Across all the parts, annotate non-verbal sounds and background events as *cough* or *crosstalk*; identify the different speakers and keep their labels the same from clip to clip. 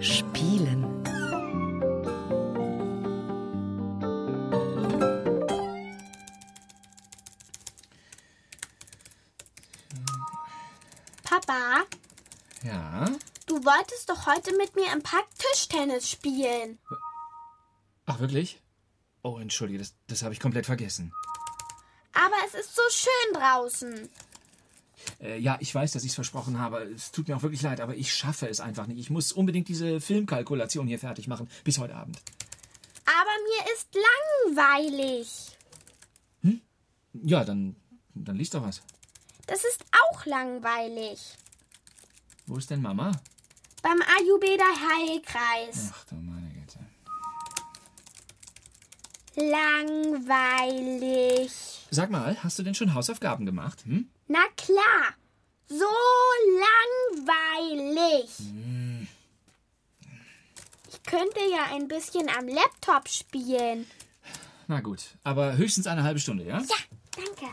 Speaker 1: Spielen.
Speaker 2: Papa,
Speaker 3: Ja?
Speaker 2: du wolltest doch heute mit mir im Park Tischtennis spielen.
Speaker 3: Ach, wirklich? Oh, entschuldige, das, das habe ich komplett vergessen.
Speaker 2: Aber es ist so schön draußen.
Speaker 3: Äh, ja, ich weiß, dass ich es versprochen habe. Es tut mir auch wirklich leid, aber ich schaffe es einfach nicht. Ich muss unbedingt diese Filmkalkulation hier fertig machen. Bis heute Abend.
Speaker 2: Aber mir ist langweilig.
Speaker 3: Ja, dann, dann liest doch was.
Speaker 2: Das ist auch langweilig.
Speaker 3: Wo ist denn Mama?
Speaker 2: Beim Ayurveda Heilkreis.
Speaker 3: Ach du meine Güte.
Speaker 2: Langweilig.
Speaker 3: Sag mal, hast du denn schon Hausaufgaben gemacht? Hm?
Speaker 2: Na klar. So langweilig. Ich könnte ja ein bisschen am Laptop spielen.
Speaker 3: Na gut, aber höchstens eine halbe Stunde, ja?
Speaker 2: Ja, danke.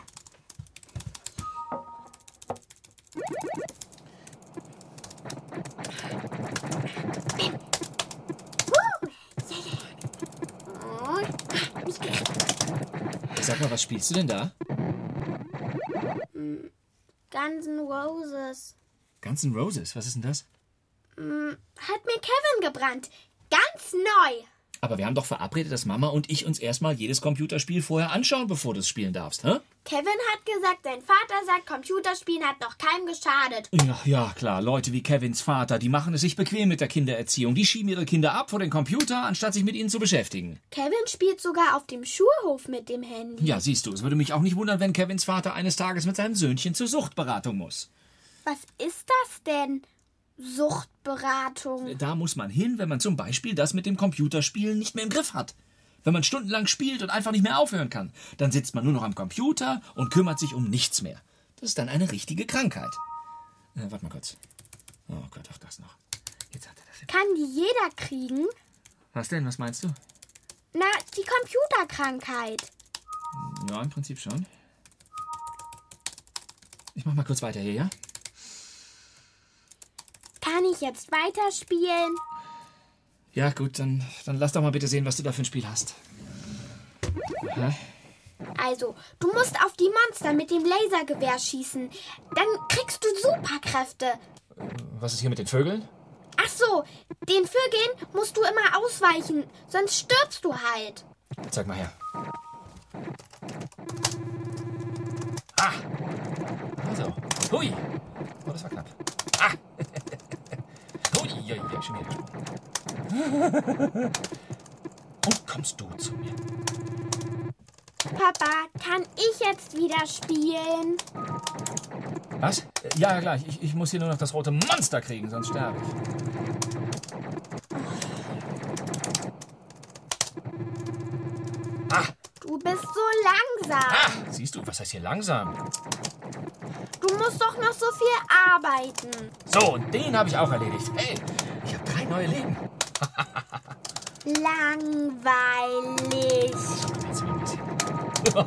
Speaker 3: Sag mal, was spielst du denn da?
Speaker 2: Guns N' Roses.
Speaker 3: Guns N' Roses, was ist denn das?
Speaker 2: Hat mir Kevin gebrannt. Ganz neu.
Speaker 3: Aber wir haben doch verabredet, dass Mama und ich uns erstmal jedes Computerspiel vorher anschauen, bevor du es spielen darfst, hä?
Speaker 2: Kevin hat gesagt, sein Vater sagt, Computerspielen hat noch keinem geschadet.
Speaker 3: Ja, ja, klar. Leute wie Kevins Vater, die machen es sich bequem mit der Kindererziehung. Die schieben ihre Kinder ab vor den Computer, anstatt sich mit ihnen zu beschäftigen.
Speaker 2: Kevin spielt sogar auf dem Schulhof mit dem Handy.
Speaker 3: Ja, siehst du, es würde mich auch nicht wundern, wenn Kevins Vater eines Tages mit seinem Söhnchen zur Suchtberatung muss.
Speaker 2: Was ist das denn? Suchtberatung.
Speaker 3: Da muss man hin, wenn man zum Beispiel das mit dem Computerspielen nicht mehr im Griff hat. Wenn man stundenlang spielt und einfach nicht mehr aufhören kann, dann sitzt man nur noch am Computer und kümmert sich um nichts mehr. Das ist dann eine richtige Krankheit. Äh, warte mal kurz. Oh Gott, auch das noch. Jetzt hat er das.
Speaker 2: Kann die jeder kriegen?
Speaker 3: Was denn? Was meinst du?
Speaker 2: Na, die Computerkrankheit.
Speaker 3: Ja, im Prinzip schon. Ich mach mal kurz weiter hier, ja?
Speaker 2: Kann ich jetzt weiterspielen?
Speaker 3: Ja, gut, dann, dann lass doch mal bitte sehen, was du da für ein Spiel hast. Aha.
Speaker 2: Also, du musst auf die Monster mit dem Lasergewehr schießen. Dann kriegst du Superkräfte.
Speaker 3: Was ist hier mit den Vögeln?
Speaker 2: Ach so, den Vögeln musst du immer ausweichen, sonst stirbst du halt.
Speaker 3: Zeig mal her. Ah! Ah! Also. Hui! Oh, das war knapp. Ah! *laughs* Hui, ja, ja, schon wieder *laughs* gesprungen. Und kommst du zu mir?
Speaker 2: Papa, kann ich jetzt wieder spielen?
Speaker 3: Was? Äh, Ja, ja, gleich. Ich, ich muss hier nur noch das rote Monster kriegen, sonst sterbe ich.
Speaker 2: Du bist so langsam.
Speaker 3: Ah, siehst du, was heißt hier langsam?
Speaker 2: Du musst doch noch so viel arbeiten.
Speaker 3: So, und den habe ich auch erledigt. Hey, ich habe drei neue Leben.
Speaker 2: Langweilig.
Speaker 3: So, jetzt ein bisschen.